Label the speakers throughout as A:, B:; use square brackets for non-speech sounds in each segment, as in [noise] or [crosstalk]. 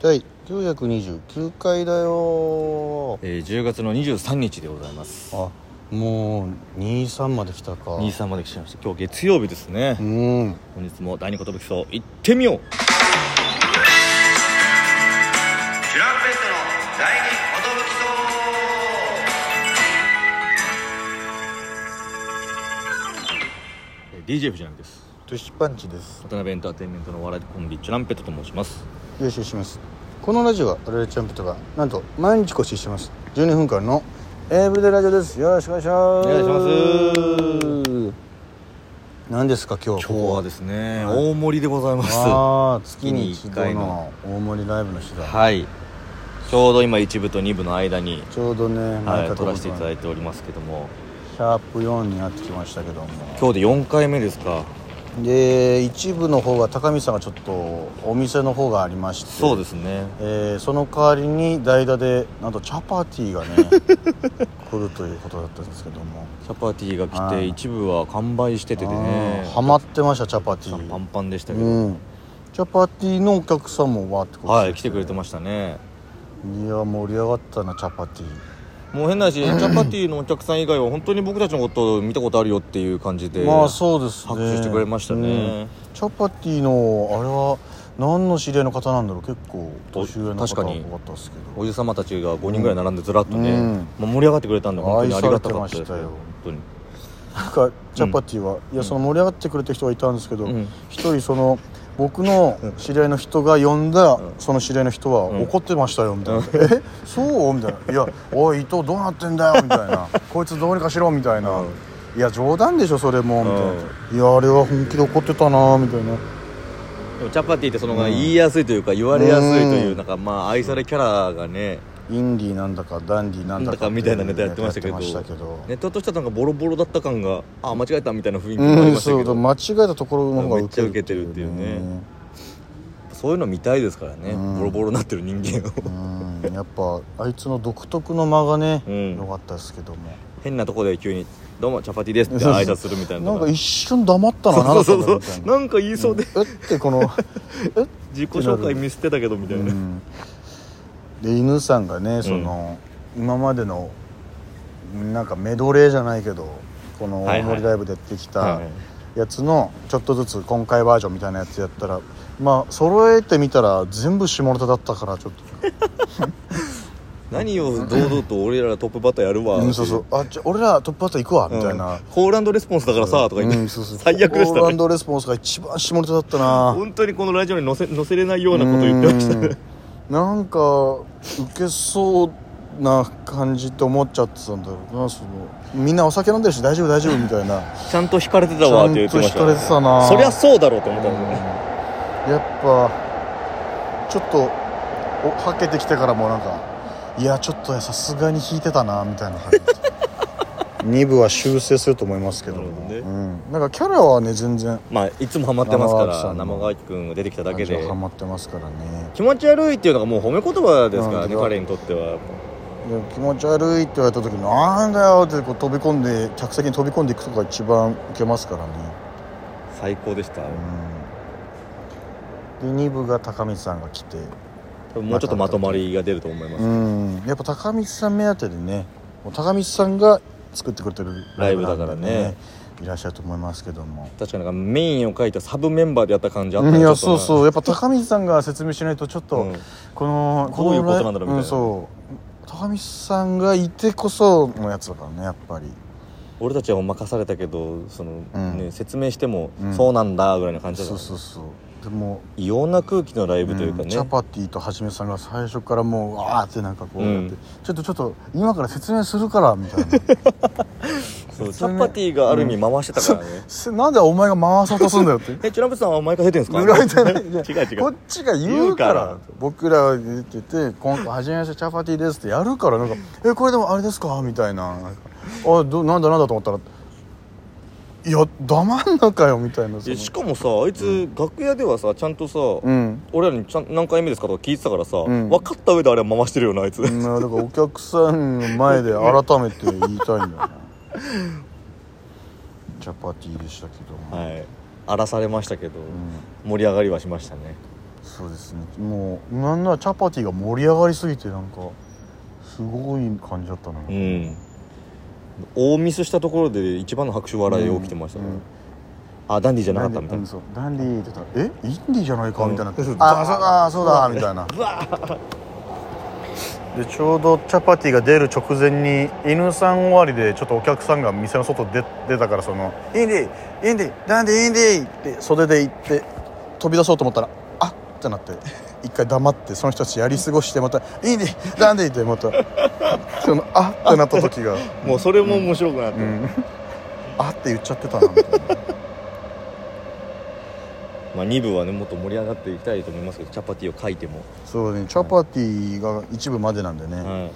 A: 第929回だよ
B: えー10月の23日でございます
A: あもう23まで来たか
B: 23まで来ちゃいました今日月曜日ですね
A: うん
B: 本日も第二寿荘行ってみよう
C: シュランペットの第二音吹
B: え
C: き
B: ー DJ 藤波です
A: トシパンチです
B: 渡辺エンターテインメントのお笑いコンビチュランペットと申します
A: よろしくお願いしますこのラジオは我々チャンピオンとかなんと毎日更新してます12分間のエブリデイラジオですよろしくお願いします
B: お願い
A: します何ですか今日
B: 今日はですね、
A: はい
B: 大盛りでございます
A: ああ月に
B: 月
A: 1
B: に一回
A: 回
B: の
A: の大盛りライブの日だ、
B: はいちょうど今一部と二部の間に、
A: ちょうどね
B: は
A: 前
B: い、
A: か
B: 撮らせていただ
A: い
B: いておりますけども
A: シャープ4になってきましたけども
B: 今日で4回目ですか
A: で一部の方が高見さんがちょっとお店の方がありまして、
B: そうですすね
A: えーその代わりに代打でなんとチャパティが
B: [laughs]
A: ね来るということだったんですけども
B: チャパティが来
A: は
B: て
A: い
B: 一部は完売してて
A: あ
B: でね
A: ーハマってましたチャパテ
B: パンパ
A: ィ
B: ンパンでしたけど、
A: うんチャパティのお客さんもわーって
B: はい来てくれて
A: ま
B: ましたね
A: いや盛り上がったなチャパティ
B: もう変
A: [clears throat]
B: なしチャパティのお客さん以外は本当に僕たちのことを見たことあるよっていう感じで
A: まあそうですね
B: 拍手してくれましたね、
A: うんチャパティのあれは何の知り合いの方なんだろう結構年上の方
B: 確かに
A: が多かったですけど
B: おじさまたちが5人ぐらい並んでずらっとね、
A: うん
B: まあ、盛り上がってくれたんで本当にありがたかったです
A: 愛されてましたよ
B: 本当に
A: なんかチャパティは、いやその盛り上がってくれた人がいたんですけど
B: うん
A: 一、人その僕の知り合いの人が呼んだ、
B: ん
A: その知り合いの人は
B: ん
A: 怒ってましたよみたいな「えそう?」みたいな「いやおい伊藤どうなってんだよ」みたい
B: [laughs]
A: な「こいつどうにかしろ」みたいな「
B: うん
A: いや冗談でしょそれも」みたいな
B: うん
A: 「いやあれは本気で怒ってたな」みたいな
B: でもチャパティってその、言いやすいというか言われやすいという、
A: うん
B: なんかまあ愛されキャラがね
A: インディーなんだかダンディーなんだ
B: だ
A: か
B: か
A: ってう
B: みたいなネタやってましたけ
A: や
B: ど
A: ってましたけど
B: ネタとしてはなんかボロボロだった感があ間違えたみたいな雰囲気もあ
A: う
B: り
A: ん
B: ました
A: そ
B: け
A: うだ
B: ど、
A: 間違えたところの方が
B: めっちゃウケてるっていうねそういうの見たいですからね、
A: うん
B: ボロボロになってる人間を
A: [laughs] うんやっぱあいつの独特の間がね
B: うん
A: 良かったですけども
B: 変なとこで急に「どうもチャパティです」って挨拶するみたいな
A: な
B: の
A: ん
B: が
A: か一瞬黙ったな
B: そうそう
A: なんだったんだみた
B: そう
A: いな
B: なんか言いそうで、
A: えってこ
B: [laughs]
A: のえっ
B: 自己紹介見捨てたけどみたいな、
A: うんで犬さんがねその今までのなんかメドレーじゃないけどこの
B: はいは
A: 大
B: い
A: 森ライブでやってき
B: は
A: た
B: いはい
A: やつのちょっとずつ今回バージョンみたいなやつやったらまあ揃えてみたら全部下ネタだったからちょっと
B: 何を堂々と俺らトップバッターやるわ、
A: うん、そうそうあじゃあ俺らトップバッター行くわみたいな、
B: うんコールレスポンスだからさとか言って、
A: うんそうそう
B: 最悪でし
A: オール
B: た
A: アン
B: ね
A: ドレスポンスが一番下ネタだったな
B: 本当にこのラジオに載せ載せれないようなこと言ってましたね
A: うんなんかウケそうな感じって思っちゃってたんだろうなそのみんなお酒飲んでるし大丈夫大丈夫みたいな
B: ちゃんと引かれてたわって言ってました
A: ち
B: ね
A: ゃんと引かれてたな
B: そりゃそうだろうと思ったもんね、
A: やっぱちょっとおはけてきてからもなんかいやちょっとさすがに引いてたなみたいな
B: [laughs]
A: 感じ2部は修正すると思いますけども
B: なるほ
A: うん、なんかキャラはね全然
B: まあいつもハマってますか
A: 生川さ
B: ら
A: んの
B: 生川君が出てきただけで
A: 感情ハマってますからね
B: 気持ち悪いっていうのがもう褒め言葉ですからね
A: うん
B: 彼にとっては
A: で気持ち悪いって言われた時に「なんだよ」ってこう飛び込んで客席に飛び込んでいくとか一番受けますからね、
B: 最高でした、
A: うん、で2部が高見さんが来て
B: もうちょっとまとまりが出ると思います、
A: うんやっぱ高見さん目当てでねもう高見さんが作ってくれてるライブなんで
B: ライブだからね
A: いらっしゃると思いますけども
B: 確かになんかメインを書いたサブメンバーでやった感じあった
A: い
B: ね
A: や
B: ち
A: そう
B: ょっとね
A: そうやっぱ高見さんが説明しないとちょっと、
B: うん
A: この
B: どういう
A: の
B: ことなんだろうみたい
A: う
B: な
A: ん、そう高見さんがいてこそのやつだからねやっぱり
B: 俺たちは任されたけどその、
A: うん
B: ね、説明しても、
A: うん
B: そうなんだぐらいの感じだ
A: そ
B: っ
A: う
B: た
A: そうそうでも
B: 異様な空気のライブというか
A: ん
B: ね、
A: チャパティとはじめさんが最初からもうわーってなんかこうやって、
B: うん
A: ちょっとちょっと今から説明するからみたいな [laughs]
B: そうチャパティがある意味回してたからね、
A: せなんでお前が回そうとすんだよって
B: [laughs] えチュランプさんは毎回出てるんですか
A: 裏じゃないいや
B: [laughs] 違う違う
A: こっちが言うから
B: 言うから
A: 僕らが言ってて「今回はじめましてチャパティです」ってやるからなんか「えこれでもあれですか?」みたいななんかあどなんだなんだと思ったら「いや黙んなかよ」みたいなそ
B: え
A: の
B: しかもさあいつ楽屋ではさちゃんとさ、
A: うん
B: 俺らにちゃん何回目ですかとか聞いてたからさ、
A: ん
B: 分かった上であれは回してるよなあいつ、
A: うんだからお客さんの前で改めて言いたいんだよねチャパティでしたけども、
B: はい荒らされましたけど、
A: うん
B: 盛り上がりはしましたね
A: そうですねもうなんならチャパティが盛り上がりすぎてなんかすごい感じだったな、
B: うん大ミスしたところで一番の拍手笑い起きてましたね、
A: うんうん
B: あダンディじゃなかったみたいな
A: そうダンディーって言ったら「えインディじゃないか」みたいな「
B: うんそう
A: あそうだそうだ」みたいなでちょうどチャパティが出る直前に犬さん終わりでちょっとお客さんが店の外出出たからその「インディインディダンディインディ」って袖で行って飛び出そうと思ったら「あっ」ってなって一回黙ってその人たちやり過ごしてまた「インディダンディ」ってまたその「あっ」ってなった時が「
B: もうそれも面白くなって、
A: うん、あっ」って言っちゃってたなみたいな。
B: まあ、2部はねもっと盛り上がっていきたいと思いますけどチャパティを書いても、
A: そうねチャパティが一部までなんでね、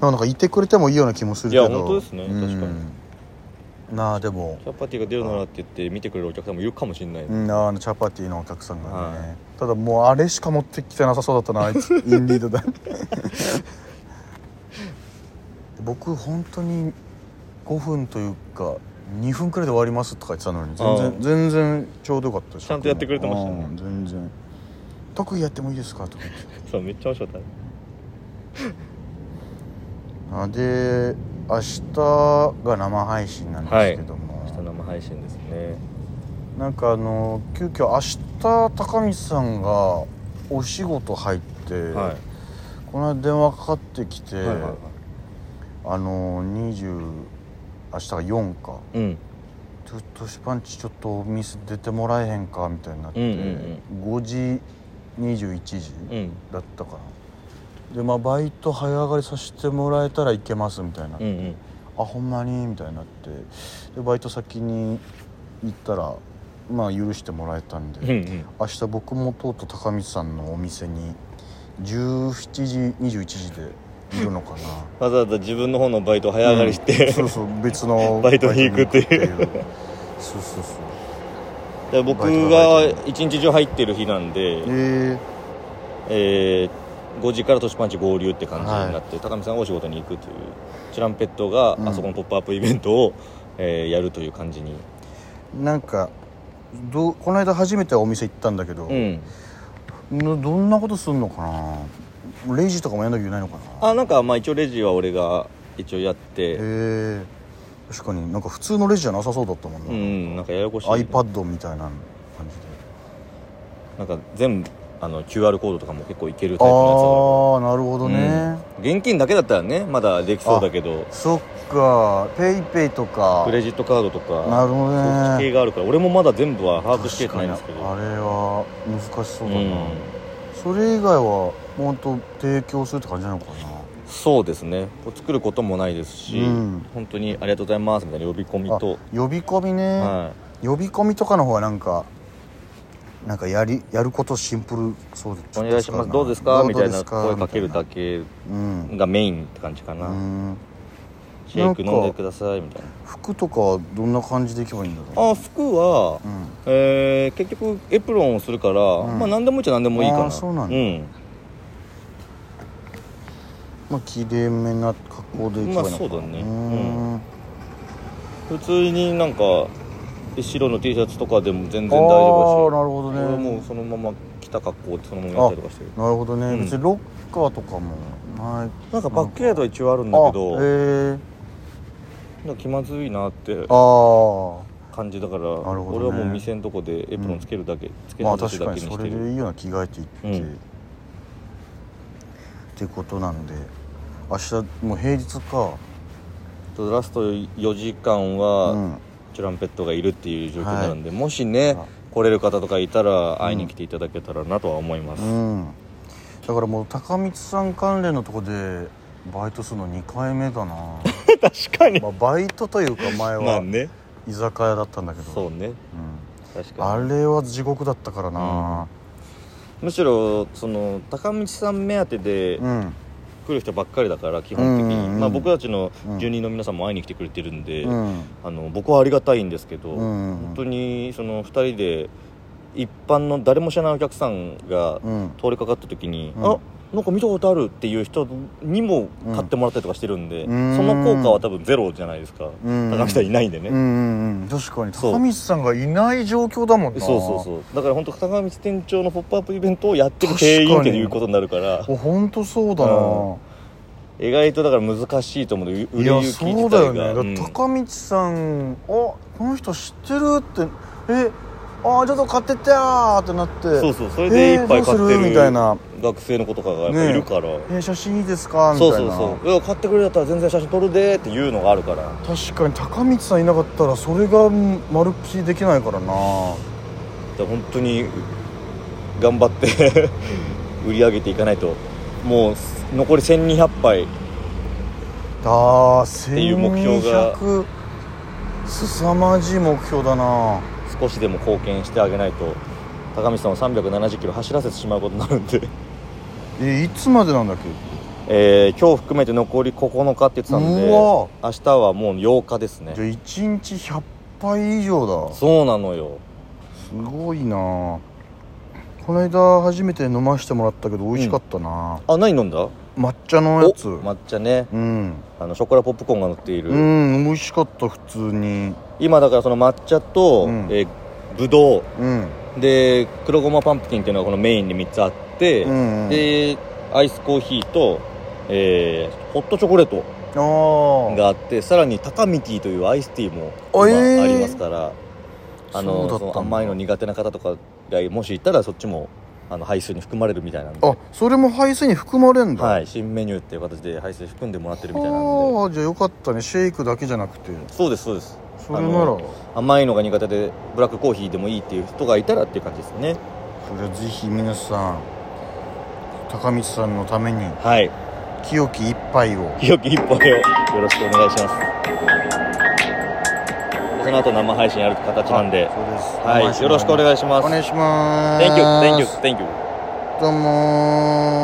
B: は
A: なんかいてくれてもいいような気もするけど
B: いや本当ですね確か
A: になあでも
B: い、チャパティが出るならって言って見てくれるお客さんもいるかもしれない、
A: うんあのチャパティのお客さんがね、
B: は
A: ただもうあれしか持ってきてなさそうだったなあい
B: [laughs]
A: つインディードだ [laughs] 僕本当に5分というか2分くらいで終わりますとか言ってたのに全
B: あ
A: 然
B: あ
A: 全然ちょうどよかったです
B: ちゃんとやってくれてましたね
A: うん全然特技やってもいいですかとか言って
B: そうめっちゃ面白かっ
A: あで明日が生配信なんですけども、
B: た明日生配信ですね
A: なんかあの急遽明日高見さんがお仕事入って、
B: はい
A: この間電話かかってきて、
B: はいはいは
A: あの20明日が4か
B: うん
A: 「ちょっとシパンチちょっとお店出てもらえへんか」みたいになって、
B: うんうん
A: 5時21時
B: うん
A: だったかな、でまあバイト早上がりさせてもらえたらいけますみたいな
B: うんうん
A: あほんまにみたいになってでバイト先に行ったらまあ許してもらえたんで、
B: うんうん
A: 明日僕もとうとう高見さんのお店に17時21時でいるのかな
B: わざわざ自分の方のバイト早上がりして、
A: そうそう別の
B: [laughs] バイトに行くっていう
A: バイトに行くっていうそうそうそう
B: [laughs] で僕が一日中入ってる日なんで、
A: え
B: えー5時から年パンチ合流って感じになって、高見さんがお仕事に行くというチランペットが
A: うん
B: あそこのポップアップイベントを、えーやるという感じに、
A: ー、なんかどうこの間初めてお店行ったんだけど、
B: うん、
A: などんなことすんのかなレジとかもやんなきゃいけないのかな
B: あなんかまあ一応レジは俺が一応やって、
A: えー、確かになんか普通のレジじゃなさそうだったもんな、
B: うんなんかややこしい
A: iPad みたいな感じで
B: なんか全部あの QR コードとかも結構いける
A: あ
B: タ
A: あ
B: イプの
A: ーなるほど
B: やつだから
A: ね、
B: うん現金だけだったらねまだできそうだけど
A: そっかペイペイとか
B: クレジットカードとか
A: なるほどね
B: そっち系があるから俺もまだ全部は把握しきれて
A: 確か
B: ない
A: に
B: ん
A: あ
B: で
A: れ
B: すけど
A: は難しそうだな、
B: うん
A: それ以外は本当提供するって感じなのかな
B: そうですねこう作ることもないですし、
A: うん
B: 本当にありがとうございますみたいな呼び込み
A: あ
B: と、
A: 呼び込みね、
B: は
A: 呼び込みとかの方はなんかなんかやりやることシンプルそうで
B: い、お願いしますどうです
A: ど
B: か
A: う
B: みたい
A: どうで
B: な
A: すか
B: 声かけるだけ
A: うん
B: がメインって感じかな、
A: うん
B: シェイク
A: なんか
B: 飲んでくださいみたいな
A: 服とかはどんな感じでいけばいいんだろう
B: あ服は、
A: うん
B: えー結局エプロンをするから、
A: ん
B: まあ何でもいいっちゃ何でもいいか
A: あ
B: な
A: ーそうなんだ
B: ん
A: まあきれいめな格好でいけばいいのかな、
B: まあそうだね
A: ん
B: 普通になんか白の T シャツとかでも全然大
A: ああ
B: 丈夫だし
A: なるほどね
B: 俺もうそのまま着た格好でそのままやったりとかしてる
A: なるほどね、
B: うん
A: 別にロッカーとかもない
B: なんかバックヤードは一応あるんだけど
A: あへえ
B: なんか気まずいなって
A: あ
B: 感じだから、
A: ほどね
B: 俺はもう店のとこでエプロンつけるだけ、つ
A: あ
B: け
A: ま
B: た
A: あ
B: だけ
A: 確か
B: だ
A: に
B: けに
A: そ
B: し
A: れ
B: て
A: でい
B: る、
A: いような着替えていって、
B: う
A: っ
B: ん
A: てことなんで明日もう平日か
B: とラスト4時間
A: う
B: は
A: ん
B: チュランペットがいるっていう状況になるんで、もしね来れる方とかいたら会いに来ていただけたらなとは思います、
A: うんだからもう高光さん関連のとこでバイトするの2回目
B: [laughs]
A: だな
B: 確かに
A: まあバイトというか前
B: [laughs] まあ
A: は
B: ね
A: 居酒屋だったんだけど、
B: そうね
A: うん
B: 確か
A: あ
B: に
A: れは地獄だったからな
B: むしろその高道さん目当てで
A: うん
B: 来る人ばっかりだから基本的に、
A: うんうんうん
B: まあ、僕たちの
A: うん
B: 住人の皆さんも会いに来てくれてるんで、
A: うん
B: あの僕はありがたいんですけど、
A: うんうん
B: 本当にその2人で一般の誰も知らないお客さんが
A: うん
B: 通りかかった時に「
A: うん
B: あなんか見たことあるっていう人にも買ってもらったりとかしてるんで、
A: うん
B: その効果は多分ゼロじゃないですか、
A: うん
B: 高見さんいないんでね、
A: うんうんうん確かに
B: そう
A: 高見さんがいない状況だもんな
B: そうそうそうだから本当高見店長のポップアップイベントをやってる店員っていうことになるから
A: お本当そうだ
B: うん
A: な
B: 意外とだから難しいと思うんで売
A: い
B: れ
A: や
B: 行き
A: そ
B: 自
A: うだよ
B: 体
A: ね
B: が、
A: だから
B: うん
A: 高道さんあこの人知ってるってえああちょっと買ってってやーってなって
B: そうそうそれで一杯買って
A: えーどうす
B: る
A: みたいな
B: 学生の子とかがやっぱいるから、
A: えー写真いいですかみた
B: そ
A: いうな
B: そうそういや買ってくれたら全然写真撮るでっていうのがあるから
A: 確かに高道さんいなかったらそれが丸っきりできないからな
B: だから本当に頑張って [laughs] 売り上げていかないともう残り1200杯
A: あ
B: ていう目標が
A: 1200すさまじい目標だな
B: 少しでも貢献してあげないと高見さんを370キロ走らせてしまうことになるんで [laughs]
A: えいつまでなんだっけ
B: えー今日含めて残り9日って言ってたんで
A: うわ
B: 明日はもう8日ですね
A: じゃあ1日100杯以上だ
B: そうなのよ
A: すごいなこの間初めて飲ませてもらったけど美味しかったな、
B: あ何飲んだ
A: 抹茶の
B: お
A: やつ
B: 抹茶ね
A: うん
B: あのショコラポップコーンが乗っている、
A: うん美味しかった普通に
B: 今だからその抹茶と、
A: うん
B: えーぶどう
A: うん
B: で黒ごまパンプキンっていうのがこのメインで3つあって、
A: うんうん
B: でアイスコーヒーと、えーホットチョコレート
A: ああ
B: があってさらにタカミティというアイスティーも
A: あえー
B: 今ありますから、あ
A: そうだ
B: の
A: ったん
B: そ
A: だ
B: の甘いの苦手な方とかがもしいたらそっちもあの配数に含まれるみたいなんで
A: あそれも配水に含まれんだ
B: はい、新メニューっていう形で配数に含んでもらってるみたいなんで
A: ああじゃあよかったねシェイクだけじゃなくて
B: そうですそうです
A: それなら
B: あの甘いのが苦手でブラックコーヒーでもいいっていう人がいたらっていう感じですね
A: それはぜひ皆さん高道さんのために
B: はい
A: 清き一杯を
B: 清き一歩をよろしくお願いしますその後生配信やる形なんで
A: あそうです
B: はいよろしくお
A: いし
B: 願いしま
A: ますお願いします
B: Thank you, thank you, thank you
A: どうもー